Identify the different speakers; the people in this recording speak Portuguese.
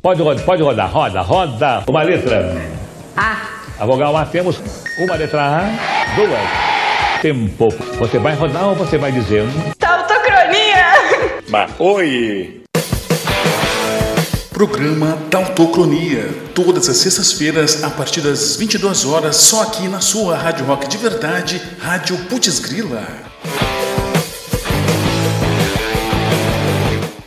Speaker 1: Pode rodar, pode rodar, roda, roda. Uma letra.
Speaker 2: A.
Speaker 1: A vogal A temos uma letra A, duas. Tempo. Você vai rodar ou você vai dizendo?
Speaker 2: Tautocronia.
Speaker 1: Mas, oi!
Speaker 3: Programa Tautocronia, todas as sextas-feiras a partir das 22 horas, só aqui na sua Rádio Rock de Verdade, Rádio Putz Grila.